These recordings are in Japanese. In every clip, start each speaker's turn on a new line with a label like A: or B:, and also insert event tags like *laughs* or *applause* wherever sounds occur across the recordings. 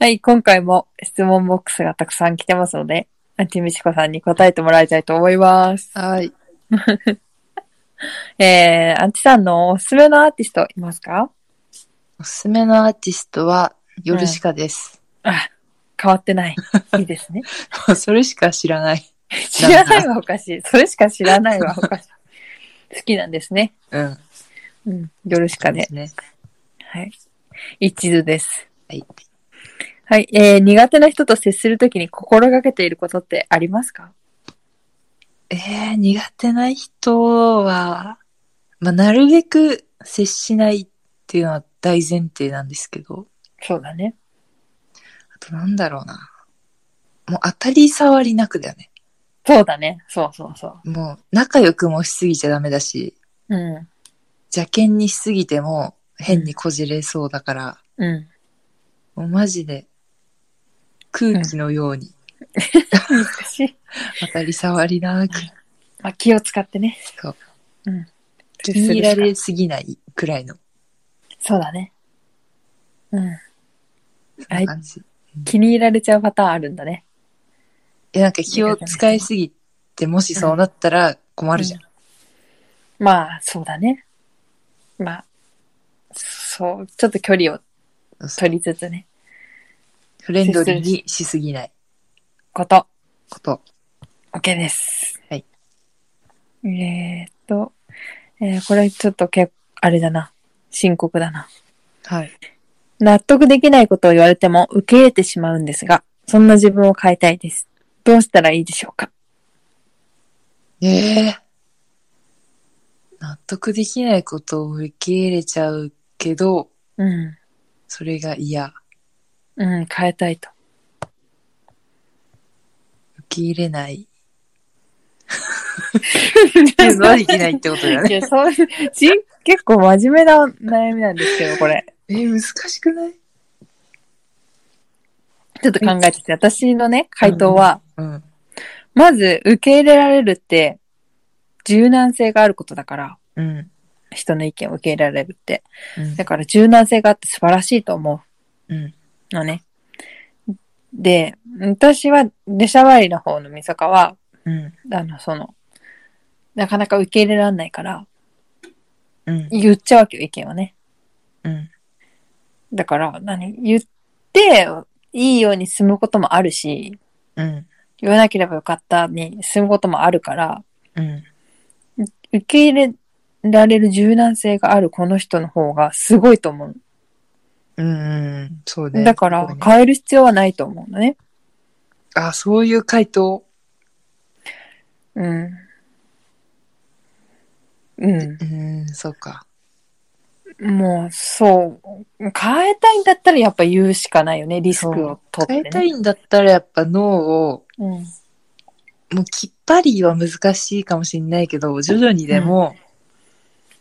A: はい、今回も質問ボックスがたくさん来てますので、アンチミチコさんに答えてもらいたいと思います。
B: はい。
A: えー、アンチさんのおすすめのアーティストいますか
B: おすすめのアーティストは、ヨルシカです。
A: あ、変わって *laughs* ない。いいですね。
B: *laughs* それしか知らない。
A: 知らないはおかしい。それしか知らないはおかしい。好きなんですね。
B: うん。
A: うん。よろしかね。
B: ね。
A: はい。一途です。
B: はい。
A: はい。えー、苦手な人と接するときに心がけていることってありますか
B: えー、苦手な人は、まあ、なるべく接しないっていうのは大前提なんですけど、
A: そうだね。
B: あとなんだろうな。もう当たり障りなくだよね。
A: そうだね。そうそうそ
B: もう仲良くもしすぎちゃダメだし、
A: う。う
B: 邪険にしすぎても変にこじれそうだから、
A: ん。う
B: もうマジで空気のように
A: ん。難しい。
B: 当たり障りなく、
A: まあ、気を使ってね。
B: そう
A: うん。
B: 気に入られすぎないくらいの
A: そうだね。うん。はい。
B: 感じ。
A: 気に入られちゃうパターンあるんだね。
B: え、なんか気を使いすぎて、もしそうなったら困るじゃん。
A: まあ、そうだね。まあ、そう、ちょっと距離を取りつつね、
B: フレンドリーにしすぎない
A: こと、
B: こと。
A: OK です。
B: はい。
A: えー、っと、えーこれちょっとけあれだな。深刻だな。
B: はい。
A: 納得できないことを言われても受け入れてしまうんですが、そんな自分を変えたいです。どうしたらいいでしょうか
B: ええ納得できないことを受け入れちゃうけど、
A: うん。
B: それが嫌。
A: うん、変えたい
B: *laughs*
A: と。
B: 受け入れない。受け入れないってことだ
A: い
B: ね。
A: や、そういう、ち結構真面目な悩みなんですけど、これ。
B: え難しくない
A: *laughs* ちょっと考えてて、私のね、回答は、
B: うん。
A: まず、受け入れられるって、柔軟性があることだから、
B: うん。うん。
A: 人の意見を受け入れられるって。だから、柔軟性があって素晴らしいと思
B: うん。
A: うのね。で、私は、出しゃばりの方のみそかは、
B: うん。
A: あの、その、なかなか受け入れられないから、
B: うん。
A: 言っちゃうわけよ、意見をね。
B: うん。
A: だから、何言って、いいように済むこともあるし、
B: うん。
A: 言わなければよかったに済むこともあるから、
B: うん。
A: 受け入れられる柔軟性があるこの人の方がすごいと思う。
B: うん。そうね。
A: だから、
B: すごいね
A: 変える必要はないと思うのね。
B: あ、そういう回答。
A: うん。う
B: うん、そうか。
A: ん。もう、そう。変えたいんだったらやっぱ言うしかないよね。リスクを取って、
B: 変
A: ね。
B: えたいんだったらやっぱ脳を、
A: うん。
B: もうきっぱりは難しいかもしれないけど、徐々にでも、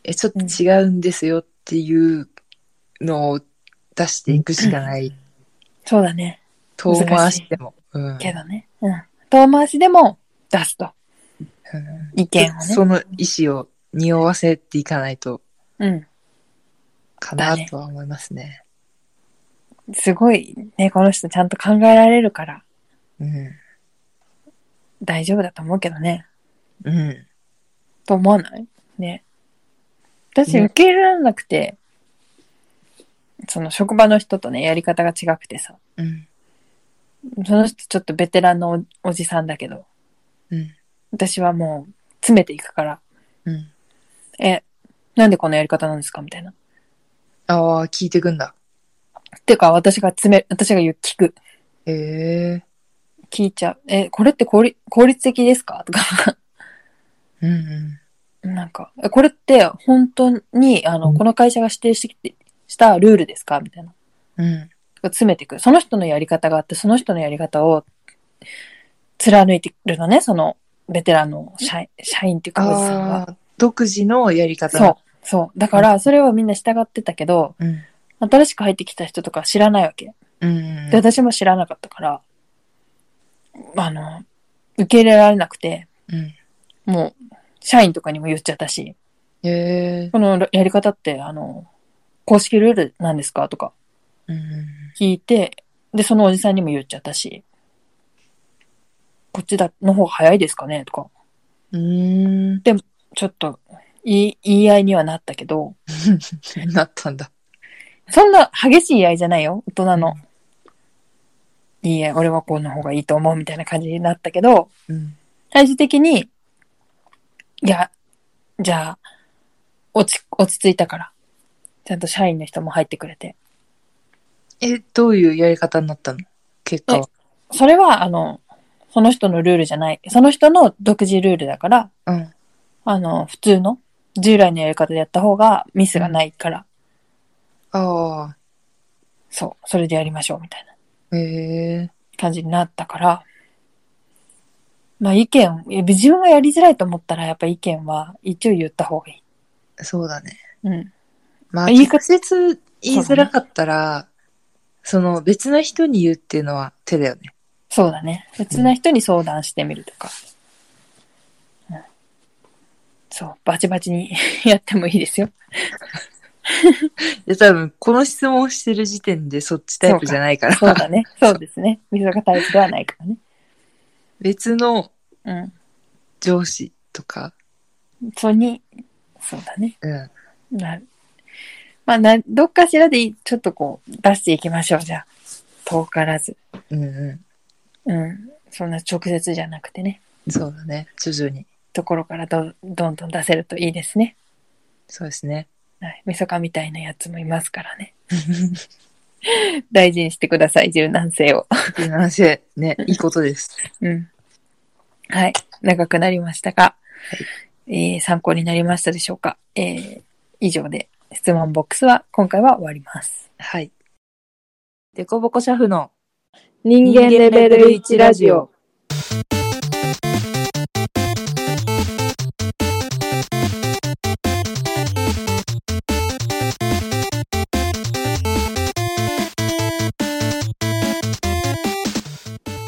B: え、ちょっと違うんですよっていうのを出していくしかない。
A: そうだね。
B: 遠回しても。うん
A: けどね。うん。遠回しでも出すと。
B: うん
A: 意見をね。
B: その意思を匂わせていかないと
A: うん。
B: か
A: だ
B: な
A: ね
B: とは思いますね。
A: すごいね、この人ちゃんと考えられるから大丈夫だと思うけどね。
B: うん。うん。
A: と思わないね。私
B: ね
A: 受け入れられなくて、その職場の人とね、やり方が違くてさ、
B: うん。
A: その人ちょっとベテランのおおじさんだけど、
B: うん。
A: 私はもう詰めていくから、
B: うん。
A: え、なんでこのやり方なんですかみたいな。
B: ああ、聞いてくんだ。
A: っていうか私が詰め、私が言う、聞く。
B: へえ。
A: 聞いちゃう。え、これって効率効率的ですかとか。 *laughs*
B: うんうん。
A: なんか、えこれって本当に、あの、
B: うん
A: この会社が指定してきて、したルールですかみたいな。
B: うん。
A: 詰めていく。その人のやり方があって、その人のやり方を貫いてるのね、その、ベテランの社員社員っていうか、おじさん
B: あ
A: は。
B: あ、独自のやり方。
A: そう。。そう。だから、それはみんな従ってたけど、
B: うん。
A: 新しく入ってきた人とか知らないわけ。
B: うん
A: で、。私も知らなかったから、あの、受け入れられなくて、
B: うん。
A: もう、社員とかにも言っちゃったし、
B: へえ。
A: このやり方って、あの、公式ルールなんですかとか
B: うん。
A: 聞いて、で、そのおじさんにも言っちゃったし、こっちだ、の方が早いですかねとか、
B: うーん。
A: ちょっと、言い、言い合いにはなったけど、
B: なったんだ。
A: そんな激しい言い合いじゃないよ、大人の。いいえ、俺はこの方がいいと思うみたいな感じになったけど、
B: うん。
A: 最終的に、いや、じゃあ、落ち、落ち着いたから。ちゃんと社員の人も入ってくれて。
B: え、どういうやり方になったの結果は。
A: それは、あの、その人のルールじゃない。その人の独自ルールだから、
B: うん。
A: あの、普通の、従来のやり方でやった方がミスがないから、
B: あ
A: そう、それでやりましょうみたいな
B: あ。へえ。
A: 感じになったから、まあ意見、いや自分がやりづらいと思ったら、やっぱ意見は一応言った方がい
B: そうだね。
A: い。うん。
B: まあ、
A: 言い方
B: 直接言いづらかったら、その別の人に言うっていうのは手だよね。
A: そうだね。普通な人に相談してみるとか。うんそう、バチバチに *laughs* やってもいいですよ。
B: で、多分、この質問をしてる時点でそっちタイプじゃないから、
A: そうだね。そうです *laughs* ね。水がタイプではないからね。
B: 別の
A: うん。
B: 上司とか、
A: そうに、そうだね。
B: うん。
A: なる。まあ、な、どっかしらでいちょっとこう、出していきましょう、じゃあ。遠からず。
B: うんう
A: うん。そんな直接じゃなくてね。
B: ん。そうだね。徐々に。
A: ところからど、どんどん出せるといいですね。
B: そうですね。
A: はい。みそかみたいなやつもいますからね。 *laughs* 大事にしてください、柔軟性を。
B: 柔軟性、ね、 *laughs* いいことです。
A: うん。はい。長くなりましたが、えー参考になりましたでしょうか。えー以上で、質問ボックスは今回は終わります。
B: はい。デコボコシャフの
A: 人
B: 間レベル1ラジオ。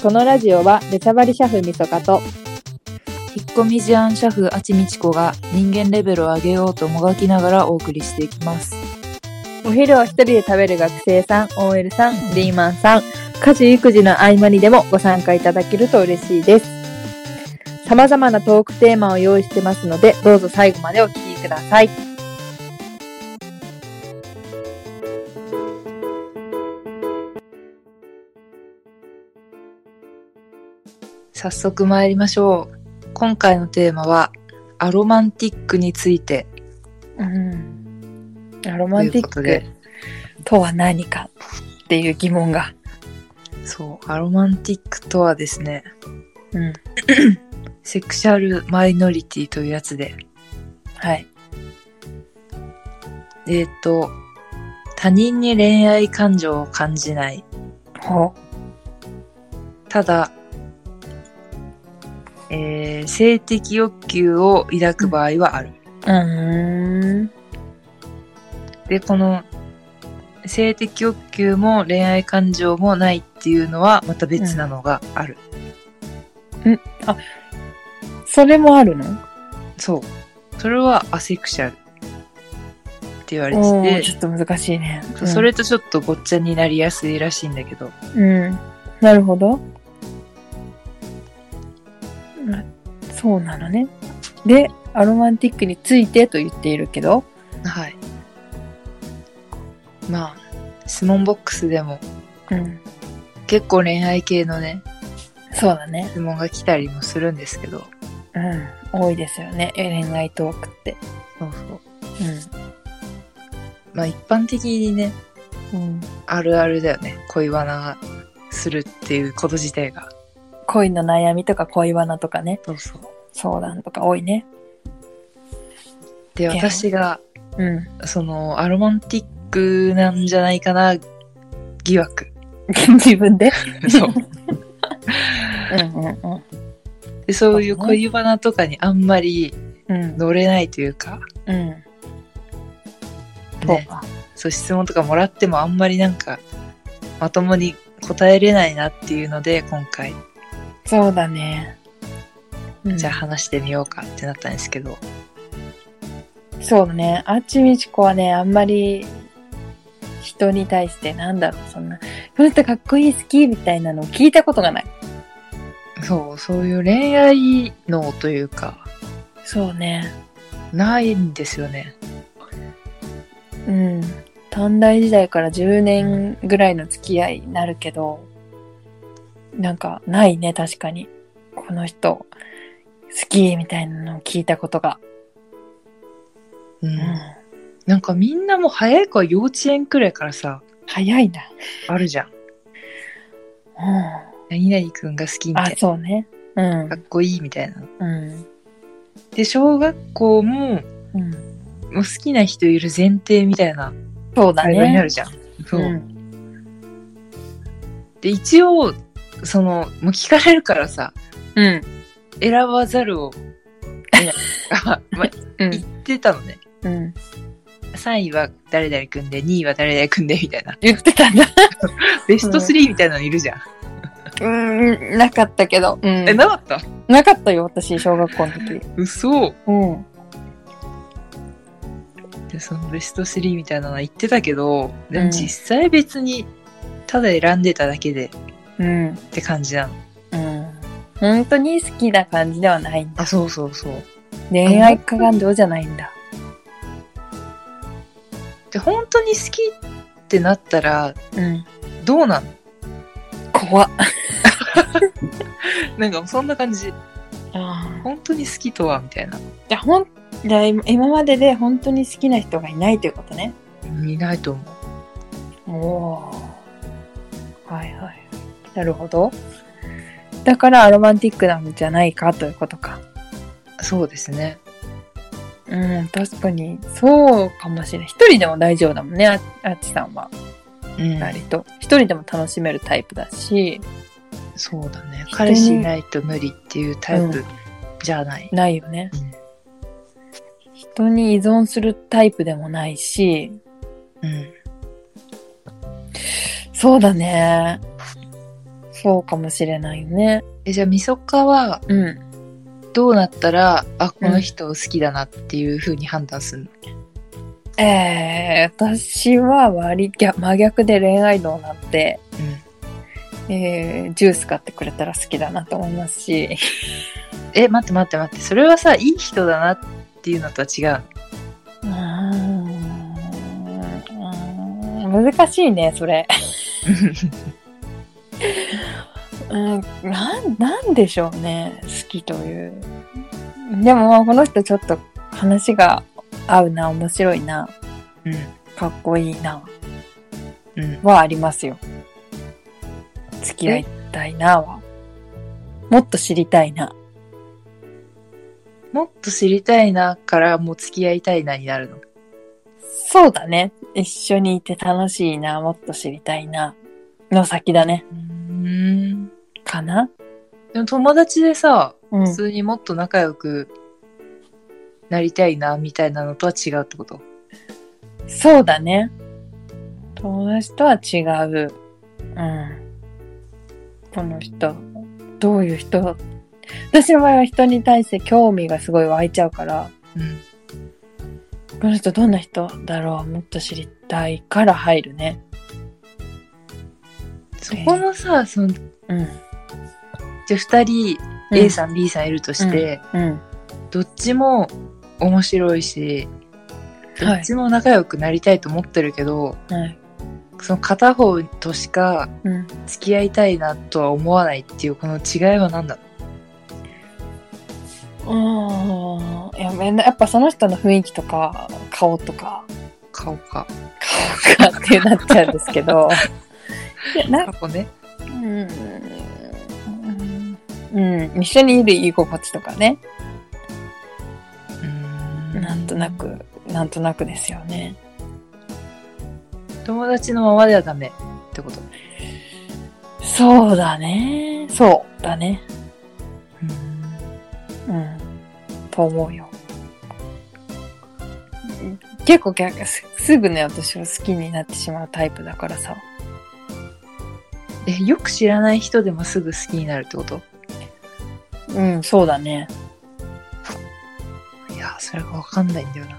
A: このラジオは、出しゃばりシャフみそかと、
B: 引っ込み思案シャフあちみちこが人間レベルを上げようともがきながらお送りしていきます。
A: お昼を一人で食べる学生さん、OL さん、リーマンさん、家事育児の合間にでもご参加いただけると嬉しいです。様々なトークテーマを用意してますので、どうぞ最後までお聞きください。
B: 早速参りましょう。今回のテーマはアロマンティックについて
A: うん。ロマ
B: とい
A: ンティッ
B: うこと
A: ク
B: で、
A: とは何かっていう疑問が。
B: そう、アロマンティックとはですね、
A: うん。
B: セクシャルマイノリティというやつで、
A: はい。
B: えっ、と、他人に恋愛感情を感じない。
A: ほ
B: ただ、えー性的欲求を抱く場合はある。
A: う。うん。
B: で、この、性的欲求も恋愛感情もないっていうのはまた別なのがある。
A: それもあるの
B: そう。それはアセクシャルって言われ
A: おー
B: て
A: ち
B: て
A: ょ、っと難しいね。うん
B: そ、れとちょっとごっちゃになりやすいらしいんだけど、
A: うん。なるほど。なそうなのね。で、アロマンティックについてと言っているけど、
B: はい。まあ、質問ボックスでも
A: うん。
B: 結構恋愛系のね、
A: そうだね。
B: 質問が来たりもするんですけど、
A: うん。多いですよね。恋愛トークって。
B: そうそう。
A: う
B: まあ一般的にね、
A: ん。うん。
B: あるあるだよね。恋バナするっていうこと自体が。
A: 恋の悩みとか恋バナとかね、
B: そうそう。
A: 相談とか多いね。
B: で、
A: や
B: 私が、
A: うん。 *laughs*
B: その、アロマンティックなんじゃないかな、疑惑。
A: 自分で。
B: そう。
A: うんうん
B: *laughs* で、そういう
A: そうね
B: 恋バナとかにあんまり
A: うん。うん。
B: 乗れないというか、
A: うん。そう
B: ね、
A: か。
B: そう質問とかもらってもあんまりなんか、まともに答えれないなっていうので、今回、
A: そうだね。うん
B: じゃあ話してみようかってなったんですけど、
A: そうだね。あっちみちこはね、あんまり人に対してなんだろう、そんな、この人かっこいい好きみたいなのを聞いたことがない。
B: そう、そういう恋愛能というか、
A: そうね。
B: ないんですよね。
A: うん。短大時代から10年ぐらいの付き合いになるけど、なんかないね、確かに。この人、好きみたいなのを聞いたことが。
B: うん。
A: うん。
B: なんかみんなもう早い子は幼稚園くらいからさ、
A: 早いな。
B: あるじゃん。
A: う
B: 何々くんが好きみ
A: ん。
B: た
A: あ
B: い、
A: そうね。うん
B: な。か。っこいいみたいな。
A: うん。
B: で、小学校も、
A: うん。
B: もう好きな人いる前提みたいな
A: そうだ
B: 会話にな
A: ね。
B: るじゃん。そう。
A: うん。
B: で、一応、その、もう聞かれるからさ、
A: うん。
B: 選ばざる
A: *laughs*
B: を得ない。あまあ、
A: うん
B: 言ってたのね。
A: うん。
B: 3位は誰々くんで、2位は誰々くんで、みたいな。
A: 言ってたんだ。
B: ベスト3みたいなのいるじゃん。
A: うん。なかったけど。うん
B: え、なかった
A: なかったよ、私、小学校の時。
B: 嘘
A: うん。
B: で、そのベスト3みたいなのは言ってたけど、で
A: うん
B: も実際別に、ただ選んでただけで
A: うん。
B: って感じなの。
A: うん。本当に好きな感じではないんだ。
B: あ、そうそうそう。
A: 恋愛感情じゃないんだ。
B: で、本当に好きってなったら、
A: うん。
B: どうなの
A: 怖っ。
B: *laughs* なんかそんな感じ。
A: あ
B: 本当に好きとは、みたいな。
A: じゃあ、ほん、じゃあ今今までで本当に好きな人がいないということね。
B: いないと思う。
A: おお。はいはい。なるほど。だから、ロマンティックなんじゃないかということか。
B: そうですね。
A: うん、確かに、そうかもしれない。一人でも大丈夫だもんね、ああっちさんは。
B: うん
A: 割と。一人でも楽しめるタイプだし、
B: そうだね。
A: 人に
B: 彼氏いないと無理っていうタイプじゃない。
A: ないよね。
B: うん
A: 人に依存するタイプでもないし、
B: うん。
A: そうだね。そうかもしれないね。
B: え、じゃあ、みそかは
A: うん。
B: どうなったら、あ、こ
A: う
B: の
A: ん
B: 人を好きだなっていうふうに判断するの、
A: えー、私は割逆、真逆で恋愛能なんて、えー、ジュース買ってくれたら好きだなと思いますし、
B: え、待って待って待って。それはさ、いい人だなっていうのとは違
A: *laughs*
B: う。
A: うーんうーん難しいね、それ。うん、なん、なんでしょうね、好きという。でも、まあこの人ちょっと話が合うな、面白いな、
B: うん。
A: かっこいいな、
B: うん。
A: はありますよ。付き合いたいなは。もっと知りたいな。
B: もっと知りたいなから、もう付き合いたいなになるの。
A: そうだね。一緒にいて楽しいな、もっと知りたいな、の先だね。
B: うん。
A: かな
B: でも友達でさ、
A: うん
B: 普。通にもっと仲良くなりたいな、みたいなのとは違うってこと
A: そうだね。友達とは違う。うん。この人、どういう人私の場合は人に対して興味がすごい湧いちゃうから、
B: うん。
A: この人どんな人だろうもっと知りたいから入るね。
B: そこのさ、その、
A: うん。
B: じゃあ2人 A さん、B さんいるとして、
A: うん。
B: どっちも面白いし、ど
A: は
B: っ
A: い。
B: ちも仲良くなりたいと思ってるけど、
A: はい。
B: その片方としか
A: うん。
B: 付き合いたいなとは思わないっていうこの違いは何だ
A: うん。いや、みんなやっぱその人の雰囲気とか、顔とか、
B: 顔か。
A: 顔とかってなっちゃうんですけど、いや、な
B: 過去ね。
A: うんうん、一緒にいる居心地とかね、
B: うーん
A: なんとな。く、なんとなくですよね。
B: 友達のままではダメってこと。
A: そうだね。そうだね。うん。と思うよ。結構逆すすぐね、私は好きになってしまうタイプだからさ。
B: え、よく知らない人でもすぐ好きになるってこと
A: うん、そうだね。
B: いやー、それがわかんないんだよな。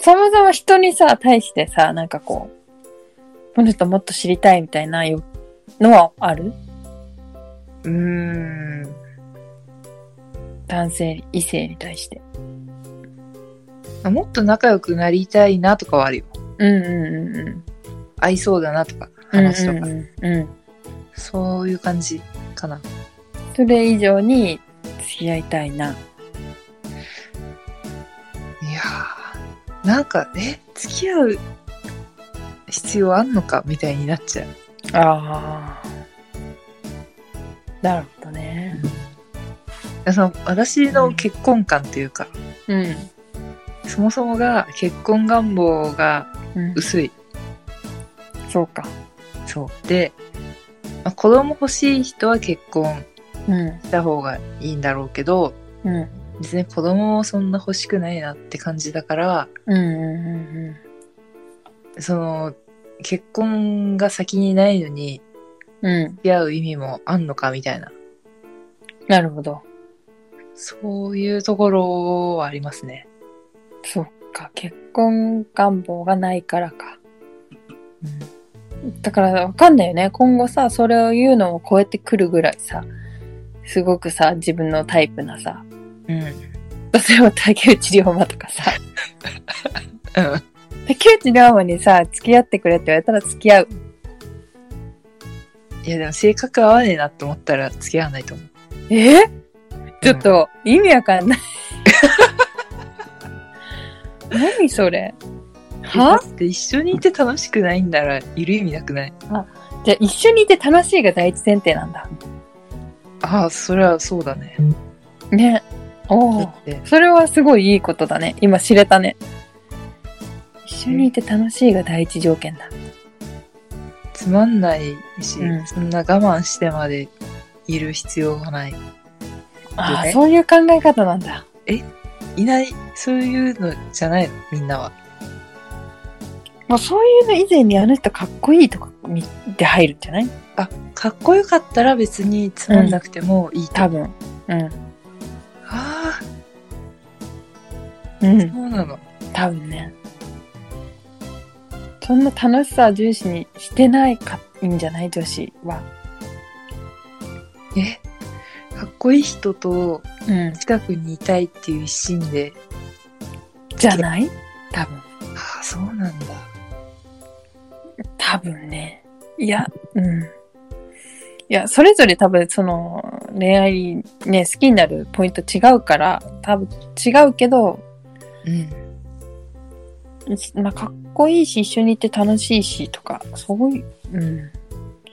A: そもそも人にさ、対してさ、なんかこう、この人もっと知りたいみたいなよのはある
B: うーん。
A: 男性、異性に対して。
B: あもっと仲良くなりたいなとかはあるよ。
A: うんうんうんうん。
B: 合いそうだなとか、話とか。
A: うんうんうんうん。
B: そういう感じかな。
A: それ以上に付き合いたいな。
B: いやーなんか、え、付き合う必要あんのかみたいになっちゃう。
A: ああ。なるほどね。
B: その私の結婚観というか、
A: うん。
B: そもそもが結婚願望が
A: うん、
B: 薄い。
A: そうか。
B: そう。で、まあ子供欲しい人は結婚
A: うん。
B: した方がいいんだろうけど、
A: うん。
B: 別に子供もそんな欲しくないなって感じだから、
A: うんうんう
B: その、結婚が先にないのに
A: んうん。うん。
B: 付き合う意味もあんのかみたいな、
A: なるほど。
B: そういうところはありますね。
A: そうか。結婚願望がないからか。
B: うん
A: だからわかんないよね。今後さ、それを言うのを超えてくるぐらいさ、すごくさ、自分のタイプなさ、
B: うん。
A: 例えば竹内涼真とかさ、
B: うん。
A: 竹内涼真にさ、付き合ってくれって言われたら付き合う。
B: いや、でも性格合わねえなって思ったら付き合わないと思う。
A: えちょっと、意味わか *laughs* んない。何それは
B: えだって一緒にいて楽しくないんなら、いる意味なくない
A: じゃあ一緒にいて楽しいが第一前提なんだ。
B: ああ、それはそうだね。
A: ね。おお。
B: だって、
A: それはすごいいいことだね。今知れたね。一緒にいて楽しいが第一条件だ。
B: つまんないし、
A: うん
B: そんな我慢してまでいる必要がない。
A: ああ、
B: ね
A: そういう考え方なんだ。
B: いない、そういうのじゃないの、みんなは。
A: もうそういうの以前にあの人かっこいいとか見て入るんじゃない
B: あ、かっこよかったら別につまんなくてもいいと。
A: 多分。うん。
B: ああ、
A: う
B: そ
A: ん。
B: うなの。
A: 多分ね。そんな楽しさを重視にしてないか、いいんじゃない女子は。
B: え、かっこいい人と
A: うん。
B: 近くにいたいっていう一心で、
A: じゃない多分。
B: ああ、そうなんだ。
A: 多分ね。いや、うん。いや、それぞれ多分その恋愛ね、好きになるポイント違うから、多分違うけど、
B: うん。
A: いまあ、かっこいいし、一緒にいて楽しいしとか、そういう、うん。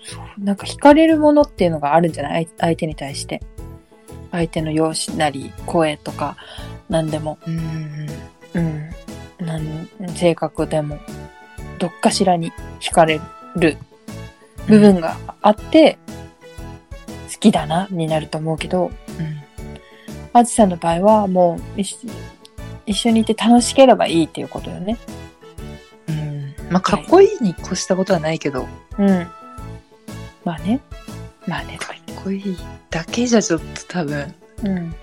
A: そう、なんか惹かれるものっていうのがあるんじゃない相相手に対して。相手の容姿なり、声とか、何でも、
B: うんうん。
A: うん。なん性格でも、どっかしらに惹かれる部分があって、好きだな、になると思うけど、
B: うん
A: あじさんの場合はもう一緒、一緒にいて楽しければいいっていうことよね。
B: うんまあ、かっこいいに越したことはないけど、
A: うん。まあね。まあね、と
B: か
A: か言っ
B: っこいいだけじゃちょっと多分、
A: て。うん。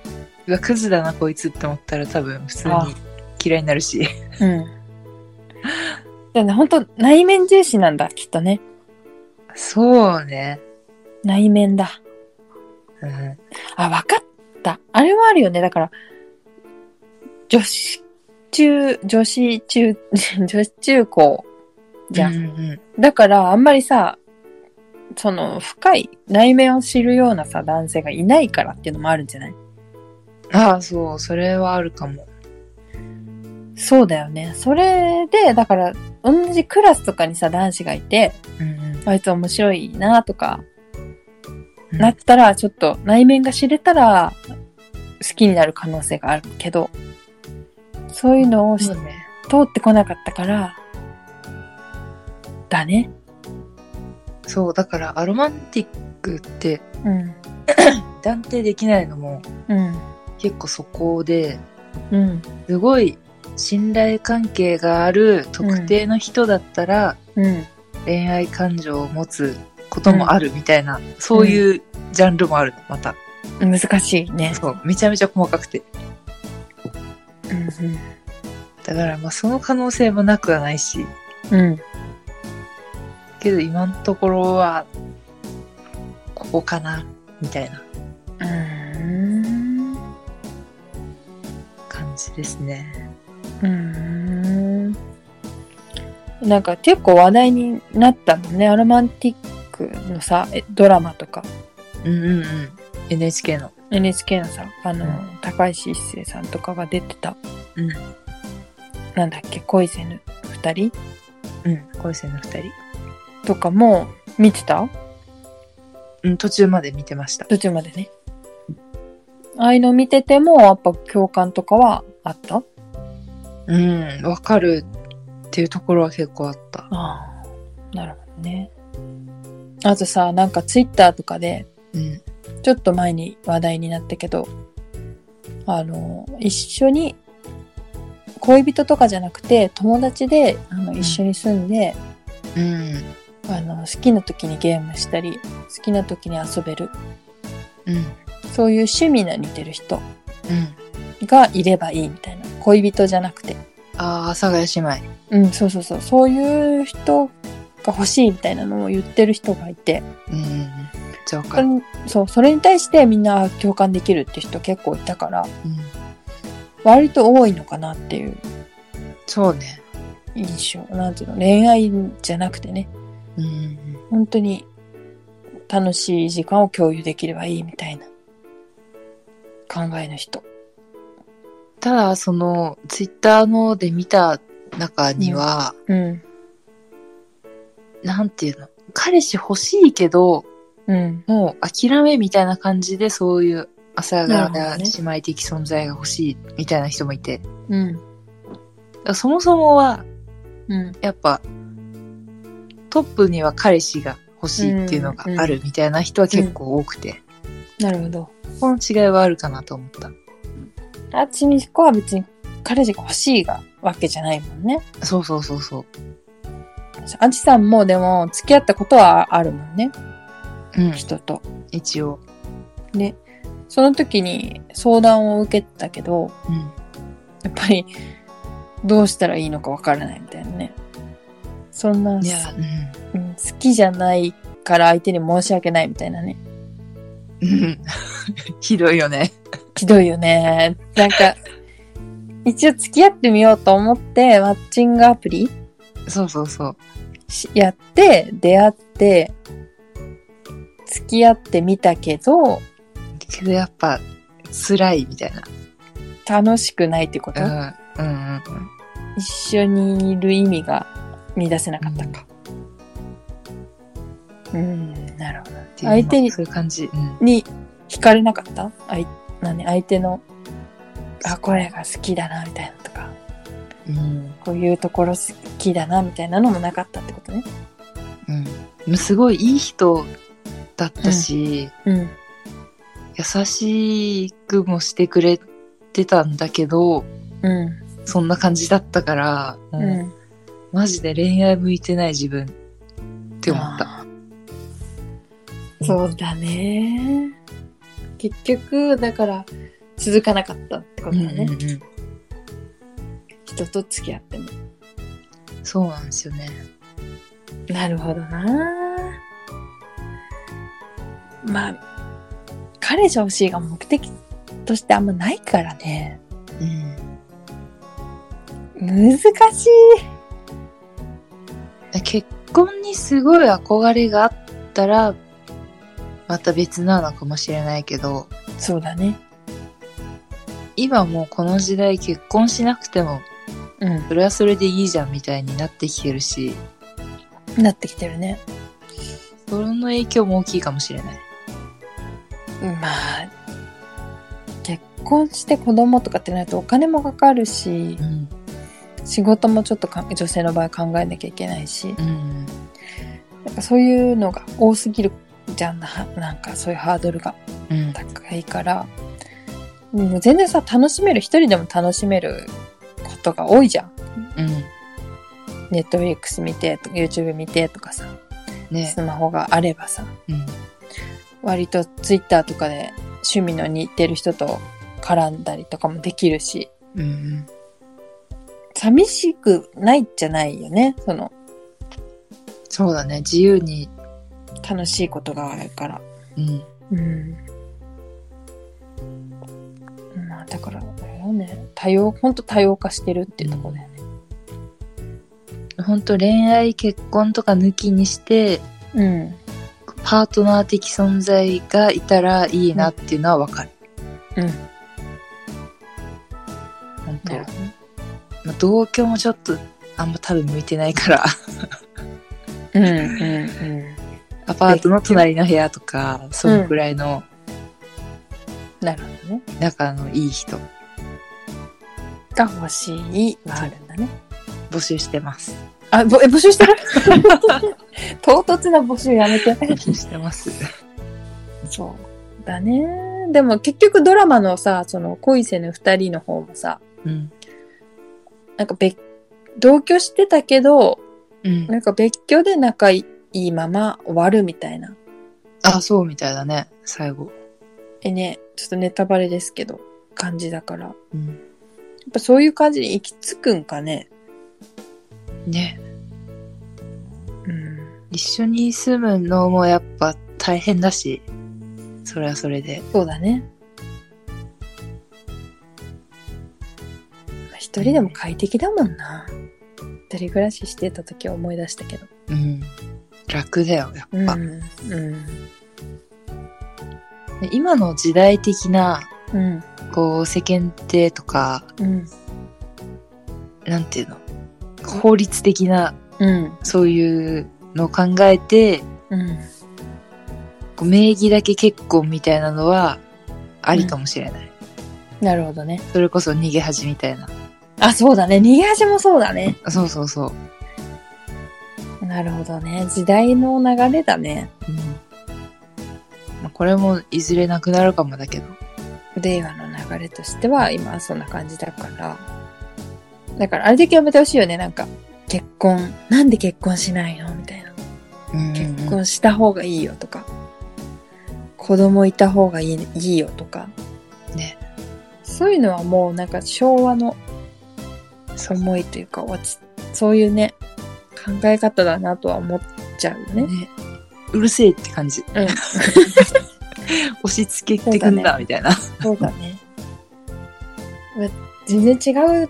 B: うわ、クズだな、こいつって思ったら多分、普通に
A: あ
B: 嫌いになるし。
A: うん。だね、本当内面重視なんだ、きっとね。
B: そうね。
A: 内面だ。
B: うん。
A: あ、わかった。あれはあるよね。だから、女子中、女子中、 *laughs* 女子中高じゃん。
B: うんうん
A: だから、あんまりさ、その、深い内面を知るようなさ、男性がいないからっていうのもあるんじゃない
B: ああ、そう、それはあるかも。
A: そうだよね。それで、だから、同じクラスとかにさ、男子がいて、
B: うん
A: あいつ面白いなとか、
B: うん
A: なったら、ちょっと内面が知れたら、好きになる可能性があるけど、そういうのを
B: うん。
A: 知
B: そ
A: っ
B: うね。
A: 通ってこなかったから、だね。
B: そう、だから、アロマンティックって
A: うん。
B: 断定できないのも
A: うん。
B: 結構そこで、
A: うん。
B: すごい信頼関係がある特定の人だったら、
A: うん。
B: 恋愛感情を持つこともあるみたいな、そういうジャンルもあるのまた。
A: 難しいね。
B: そう、めちゃめちゃ細かくて。
A: うん。
B: だからまあその可能性もなくはないし、
A: うん。
B: けど今のところは、ここかな、みたいな
A: うん。
B: 感じですね。
A: うん。なんか結構話題になったのね。アロマンティックのさ、えドラマとか、
B: うんうんうん。NHK の。
A: NHK のさ、あの、
B: うん
A: 高石一生さんとかが出てた、
B: うん。
A: なんだっけ、恋せぬ二人
B: うん。恋生の二人。
A: とかも見てた
B: うん、途中まで見てました。
A: 途中までね。ああいうの見てても、やっぱ共感とかはあった
B: うん、わかるっていうところは結構あった。
A: ああ、なるほどね。あとさ、なんかツイッターとかで、
B: うん。
A: ちょっと前に話題になったけど、あの、一緒に、恋人とかじゃなくて、友達で、あの、
B: ん
A: 一緒に住んで、
B: うん。
A: あの、好きな時にゲームしたり、好きな時に遊べる、
B: うん。
A: そういう趣味が似てる人
B: うん。
A: がいればいいみたいな。恋人じゃなくて。
B: ああ、阿佐ヶ谷姉妹。
A: うん、そうそうそう。そういう人が欲しいみたいなのを言ってる人がいて、
B: うんうんうん。じゃあわ
A: そ
B: か
A: れ
B: る。
A: にそう、それに対してみんな共感できるって人結構いたから、
B: うん。
A: 割と多いのかなっていう
B: そうね。
A: 印象。なんていうの、恋愛じゃなくてね、
B: うんうん。
A: 本当に楽しい時間を共有できればいいみたいな考えの人。
B: ただ、その、ツイッターので見た中には、
A: うん。
B: なんていうの、彼氏欲しいけど、
A: うん。
B: もう諦めみたいな感じで、そういう阿佐ヶ
A: なる
B: 谷
A: ほ
B: 姉妹的存在が欲しいみたいな人もいて、
A: うん。
B: だからそもそもは、
A: うん。
B: やっぱ、トップには彼氏が欲しいっていうのがあるみたいな人は結構多くて、
A: なるほど。
B: この違いはあるかなと思った。
A: あっちに子は別に彼氏が欲しいがわけじゃないもんね。
B: そうそうそうそう。
A: あちさんもでも付き合ったことはあるもんね。
B: うん、
A: 人と。
B: 一応。
A: で、その時に相談を受けたけど、
B: うん。
A: やっぱりどうしたらいいのかわからないみたいなね。そんな、
B: いや、
A: う
B: う
A: ん好きじゃないから相手に申し訳ないみたいなね。
B: ん。うん。 *laughs* ひどいよね。
A: ひどいよね。なん *laughs* か、一応付き合ってみようと思って、マッチングアプリ
B: そうそうそう。
A: しやって、出会って、付き合ってみたけど、
B: けどやっぱ、辛いみたい
A: 楽しくないってこと、
B: な。うん。うんうんうん。
A: 一緒にいる意味が見出せなかったか。うん、なるほど。
B: っていうのは
A: 相手に
B: そういう感じ。うん。
A: に惹かれなかったあい何相手の、あ、これが好きだな、みたいなとか、
B: うん。
A: こういうところ好きだな、みたいなのもなかったってことね。
B: うん。すごいいい人だったし、
A: うん。
B: 優しくもしてくれてたんだけど、
A: う
B: そんな感じだったから、
A: ん。
B: もう
A: っ
B: マジで恋愛向いてない自分って思った。
A: た。そうだね。結局、だから、続かなかったってことだね。
B: うんうんうん
A: 人と付き合っても。
B: そうなんですよね。
A: なるほどな。まあ、彼氏欲しいが目的としてあんまないからね。
B: う
A: 難
B: ん。
A: しい。
B: 結婚にすごい憧れがあったら、また別なのかもしれないけど、
A: そうだね。
B: 今もうこの時代結婚しなくても、
A: う
B: それはそれでいいじゃんみたいになってきてるし、
A: ん。なってきてるね。
B: その影響も大きいかもしれない。
A: まあ、結婚して子供とかってなるとお金もかかるし、
B: うん。
A: 仕事もちょっとか女性の場合考えなきゃいけないし、
B: うん。
A: なんかそういうのが多すぎるじゃんな、なんかそういうハードルが
B: うん。
A: 高いから、もう全然さ、楽しめる、一人でも楽しめることが多いじゃん。
B: うん。
A: ネットフリックス見て、とか YouTube 見てとかさ、
B: ね
A: スマホがあればさ、
B: うん。
A: 割とツイッターとかで趣味の似てる人と絡んだりとかもできるし、
B: うん。
A: 寂しくないじゃないよね。その、
B: そうだね。自由に。
A: 楽しいことがあるから。
B: うん。
A: うん。まあ、だから、あれよね。多様、本当多様化してるっていうところだよね。
B: 本当恋愛、結婚とか抜きにして、
A: うん。
B: パートナー的存在がいたらいいなっていうのはわかる。
A: うん。
B: 本当
A: なるほどね
B: まあ、同居もちょっと、あんま多分向いてない *laughs* から、
A: うんうんうん。
B: アパートの隣の部屋とか、そのくらいの
A: なるほどね。
B: 仲のいい人、
A: が欲しいはあるんだね。
B: 募集してます。
A: あ、ぼえ募集してる唐突な募集やめて。
B: 募集してます。
A: そうだね。でも結局ドラマのさ、その恋せぬ二人の方もさ、
B: うん。
A: なんか別、同居してたけど、
B: うん。
A: なんか別居で仲いいまま終わるみたいな。
B: あ、そうみたいだね、最後。
A: えね、ちょっとネタバレですけど、感じだから。や
B: うん。
A: っぱそういう感じに行き着くんかね。
B: ね。
A: うん。
B: 一緒に住むのもやっぱ大変だし、それはそれで。
A: そうだね。まあ一人でも快適だもんな。一人暮らししてた時は思い出したけど。
B: うん。楽だよ、やっぱ。
A: うん。うん
B: で今の時代的な、
A: うん。
B: こう、世間体とか、
A: うん。
B: なんていうの、法律的な、
A: うん。
B: そういうのを考えて、
A: うん。
B: こう名義だけ結婚みたいなのは、ありかもしれない。
A: なるほどね。
B: それこそ逃げ恥みたいな。
A: あ、そうだね。逃げ味もそうだね。
B: そうそうそう。
A: なるほどね。時代の流れだね。
B: うん。まあ、これもいずれなくなるかもだけど。
A: 令和の流れとしては、今はそんな感じだから。だから、あれだけやめてほしいよね。なんか、結婚。なんで結婚しないのみたいな。結婚した方がいいよとか。子供いた方がいいいいよとか。
B: ね。
A: そういうのはもうなんか昭和の
B: そう
A: 思いというかわちそういうね考え方だなとは思っちゃうよね。
B: ね。うるせえって感じ。
A: うん
B: 押し付けてくん
A: そうだ
B: だ、みたいな。
A: そうだね。ま全然違う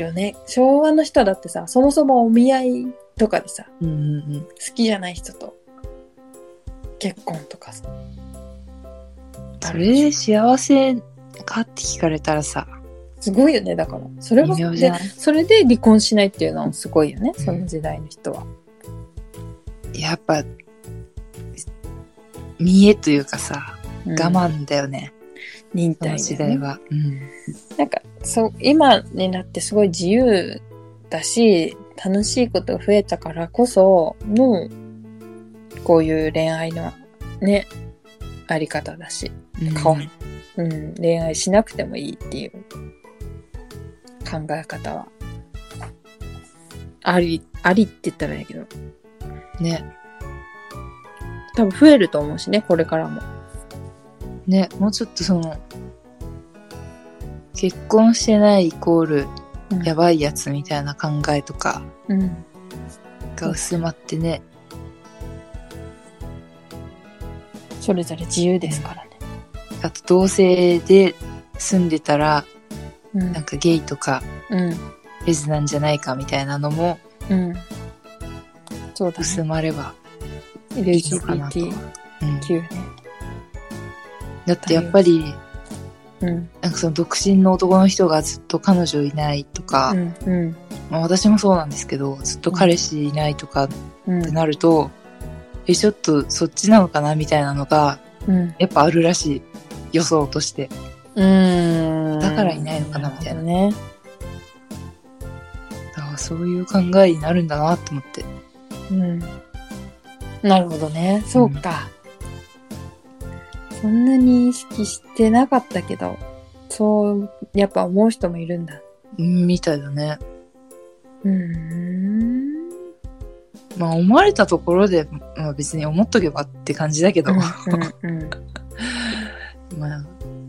A: よね。昭和の人だってさそもそもお見合いとかでさ
B: うんうんうん。
A: 好きじゃない人と結婚とかさ。
B: それで幸せかって聞かれたらさ、
A: すごいよねだからそれは
B: 微妙じゃ
A: で
B: ない
A: それで離婚しないっていうのはすごいよねその時代の人は。
B: やっぱ、見えというかさ、
A: 我
B: 我慢だよね。
A: 忍
B: こ
A: 耐
B: の
A: だ
B: 時
A: よね
B: 代は。うん。
A: なんか、そう、今になってすごい自由だし、楽しいことが増えたからこそ、の、こういう恋愛の、ね、あり方だし、
B: うん
A: 変わる。うん、恋愛しなくてもいいっていう考え方は、あり、ありって言ったらいいけど、
B: ね。
A: 多分増えると思うしね、これからも。
B: ね。もうちょっとその、結婚してないイコール、
A: うん
B: やばいやつみたいな考えとか
A: うん。
B: が薄まってね、
A: それぞれ自由ですからね。
B: あと同性で住んでたら、
A: うん
B: なんかゲイとか
A: うん。
B: レズなんじゃないかみたいなのも
A: うん。そうだ
B: 薄
A: ね。
B: まればいいのかなとは
A: LGBTQ ね。。
B: うん、だってやっぱり、
A: うん。
B: なんかその独身の男の人がずっと彼女いないとか、
A: うんうん
B: まあ、私もそうなんですけど、ずっと彼氏いないとかっ
A: うん
B: てなると、え、ちょっとそっちなのかなみたいなのが、
A: うん
B: やっぱあるらしい。予想として。
A: うん
B: だからいないのかなみたいな
A: ね
B: だからそういう考えになるんだなと思って。
A: うんなるほどねそうか、そんなに意識してなかったけどそうやっぱ思う人もいるんだ
B: うんみたいだね。
A: うん
B: まあ思われたところで、まあ、別に思っとけばって感じだけど、
A: うんうん
B: ま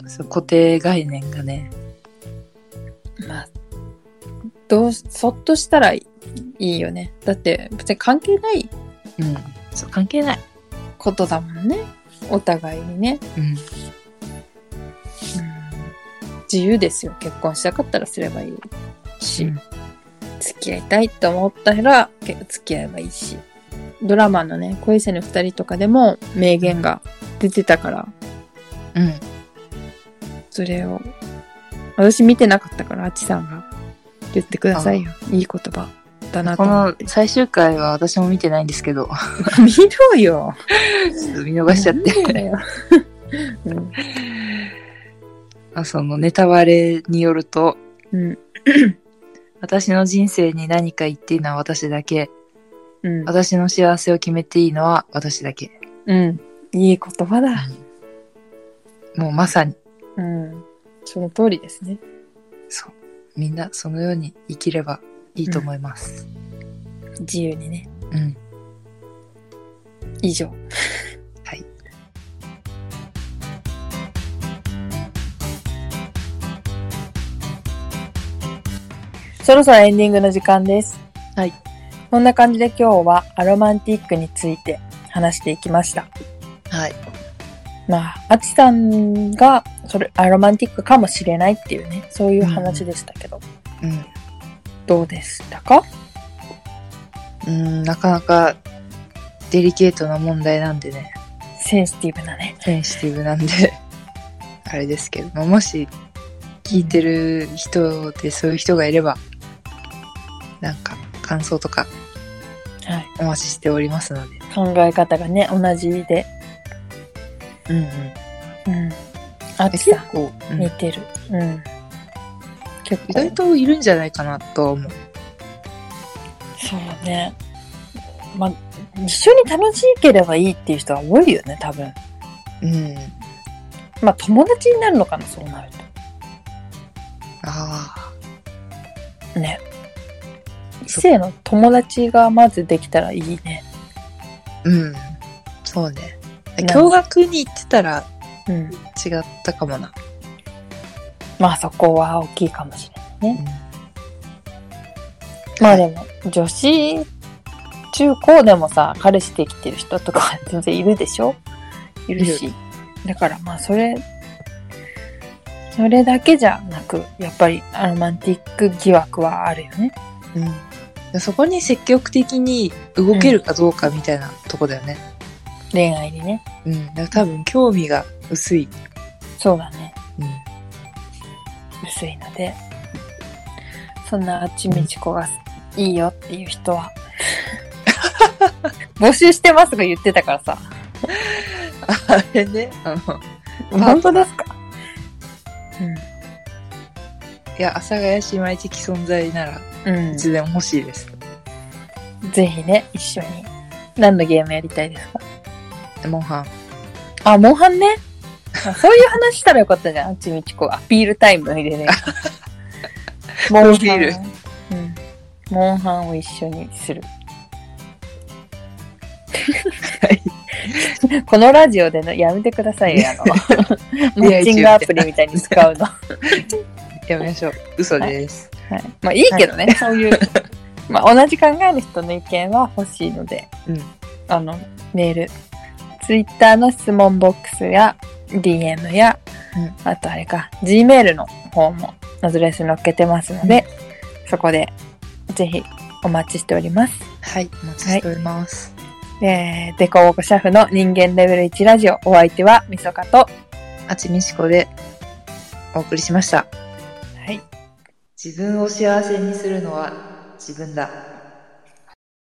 B: あそう固定概念がね、
A: まあどうし、そっとしたらいいよね。だって、別に関係ない
B: うん。そう、関係ない。
A: ことだもんね。お互いにね。
B: うん。
A: 自由ですよ。結婚したかったらすればいいし、
B: うん
A: 付き合いたいと思ったらけ付き合えばいいし。ドラマのね、恋せぬ二人とかでも名言が出てたから、
B: うん。
A: それを、私見てなかったから、あちさんが言ってくださいよ。いい言葉だなと
B: こ
A: 思っ
B: の
A: て。
B: 最終回は私も見てないんですけど、
A: 見ろよ
B: ちょっと見逃しちゃって、
A: なんだようん
B: まあそのネタバレによると、
A: うん
B: 私の人生に何か言っていいのは私だけ。
A: うん
B: 私の幸せを決めていいのは私だけ。
A: うん。いい言葉だ。
B: もうまさに、
A: うん。その通りですね。
B: そう。みんなそのように生きればいいと思います。
A: 自由にね。
B: うん。
A: 以上。
B: はい。
A: そろそろエンディングの時間です。
B: はい。
A: こんな感じで今日はアロマンティックについて話していきました。
B: はい。
A: まあ、アチさんが、それ、アロマンティックかもしれないっていうね、そういう話でしたけど、
B: うん。
A: どうでしたか
B: うん、なかなかデリケートな問題なんでね、
A: センシティブなね。
B: センシティブなんで、 *laughs* あれですけども、もし聞いてる人でそういう人がいれば、なんか感想とか
A: はい。
B: お待ちしておりますので。
A: 考え方がね、同じで。
B: うんうん。
A: うん。アチ
B: 結
A: さん。
B: 構、うん
A: 似てる。うん。結構。
B: 意外といるんじゃないかなとは思う。
A: そうね。まあ、一緒に楽しければいいっていう人は多いよね、多分。
B: うん。
A: まあ、友達になるのかな、そうなる
B: あ
A: と。ね。異性の友達がまずできたらいいね。
B: あ、うん。そうね。
A: ん
B: 驚愕に行ってたら
A: うん。
B: 違ったかもな。
A: まあ、そこは大きいかもしれないね。
B: う
A: まあでも、女子中高でもさ、彼氏できてる人とか全然いるでしょいるし。だからまあそれ、それだけじゃなく、やっぱりアロマンティック疑惑はあるよね。
B: ん。うん。そこに積極的に動けるかどうかみたいなとこだよね。
A: 恋愛にね。
B: うん。だから多分興味が薄い。
A: そうだね。
B: うん。
A: 薄いので。そんなあっちみちこがいいよっていう人 *laughs* は。募集してますとか言ってたからさ。
B: あれね。あの、
A: 本当ですかうん。
B: いや、阿佐ヶ谷姉妹的存在なら、
A: うん
B: いつでも欲しいです。
A: ぜひね、一緒に。何のゲームやりたいですか
B: モンハン。
A: あ、モンハンね。あそういう話したらよかったじゃん。あっ *laughs* ちみちこ。アピールタイム入れ
B: *laughs*
A: ね。モ
B: プロフィール
A: うん。モンハンを一緒にする。 *laughs* このラジオでのやめてくださいよ。あの、
B: *laughs*
A: マッチングアプリみたいに使うの。は
B: やめましょう。嘘です。
A: い、まあいいけどね、そういう。 *laughs* まあ同じ考える人の意見は欲しいので。
B: うん。
A: あの、メール。ツイッターの質問ボックスや、DM や、
B: う
A: あとあれか、Gmail の方もアドレス載っけてますので、そこで、ぜひお待ちしております。
B: はい。お待ちしております。
A: えー、デコボコシャフの人間レベル1ラジオ、お相手は、みそかと、は
B: あちみしこでお送りしました。
A: い。
B: 自分を幸せにするのは自分だ。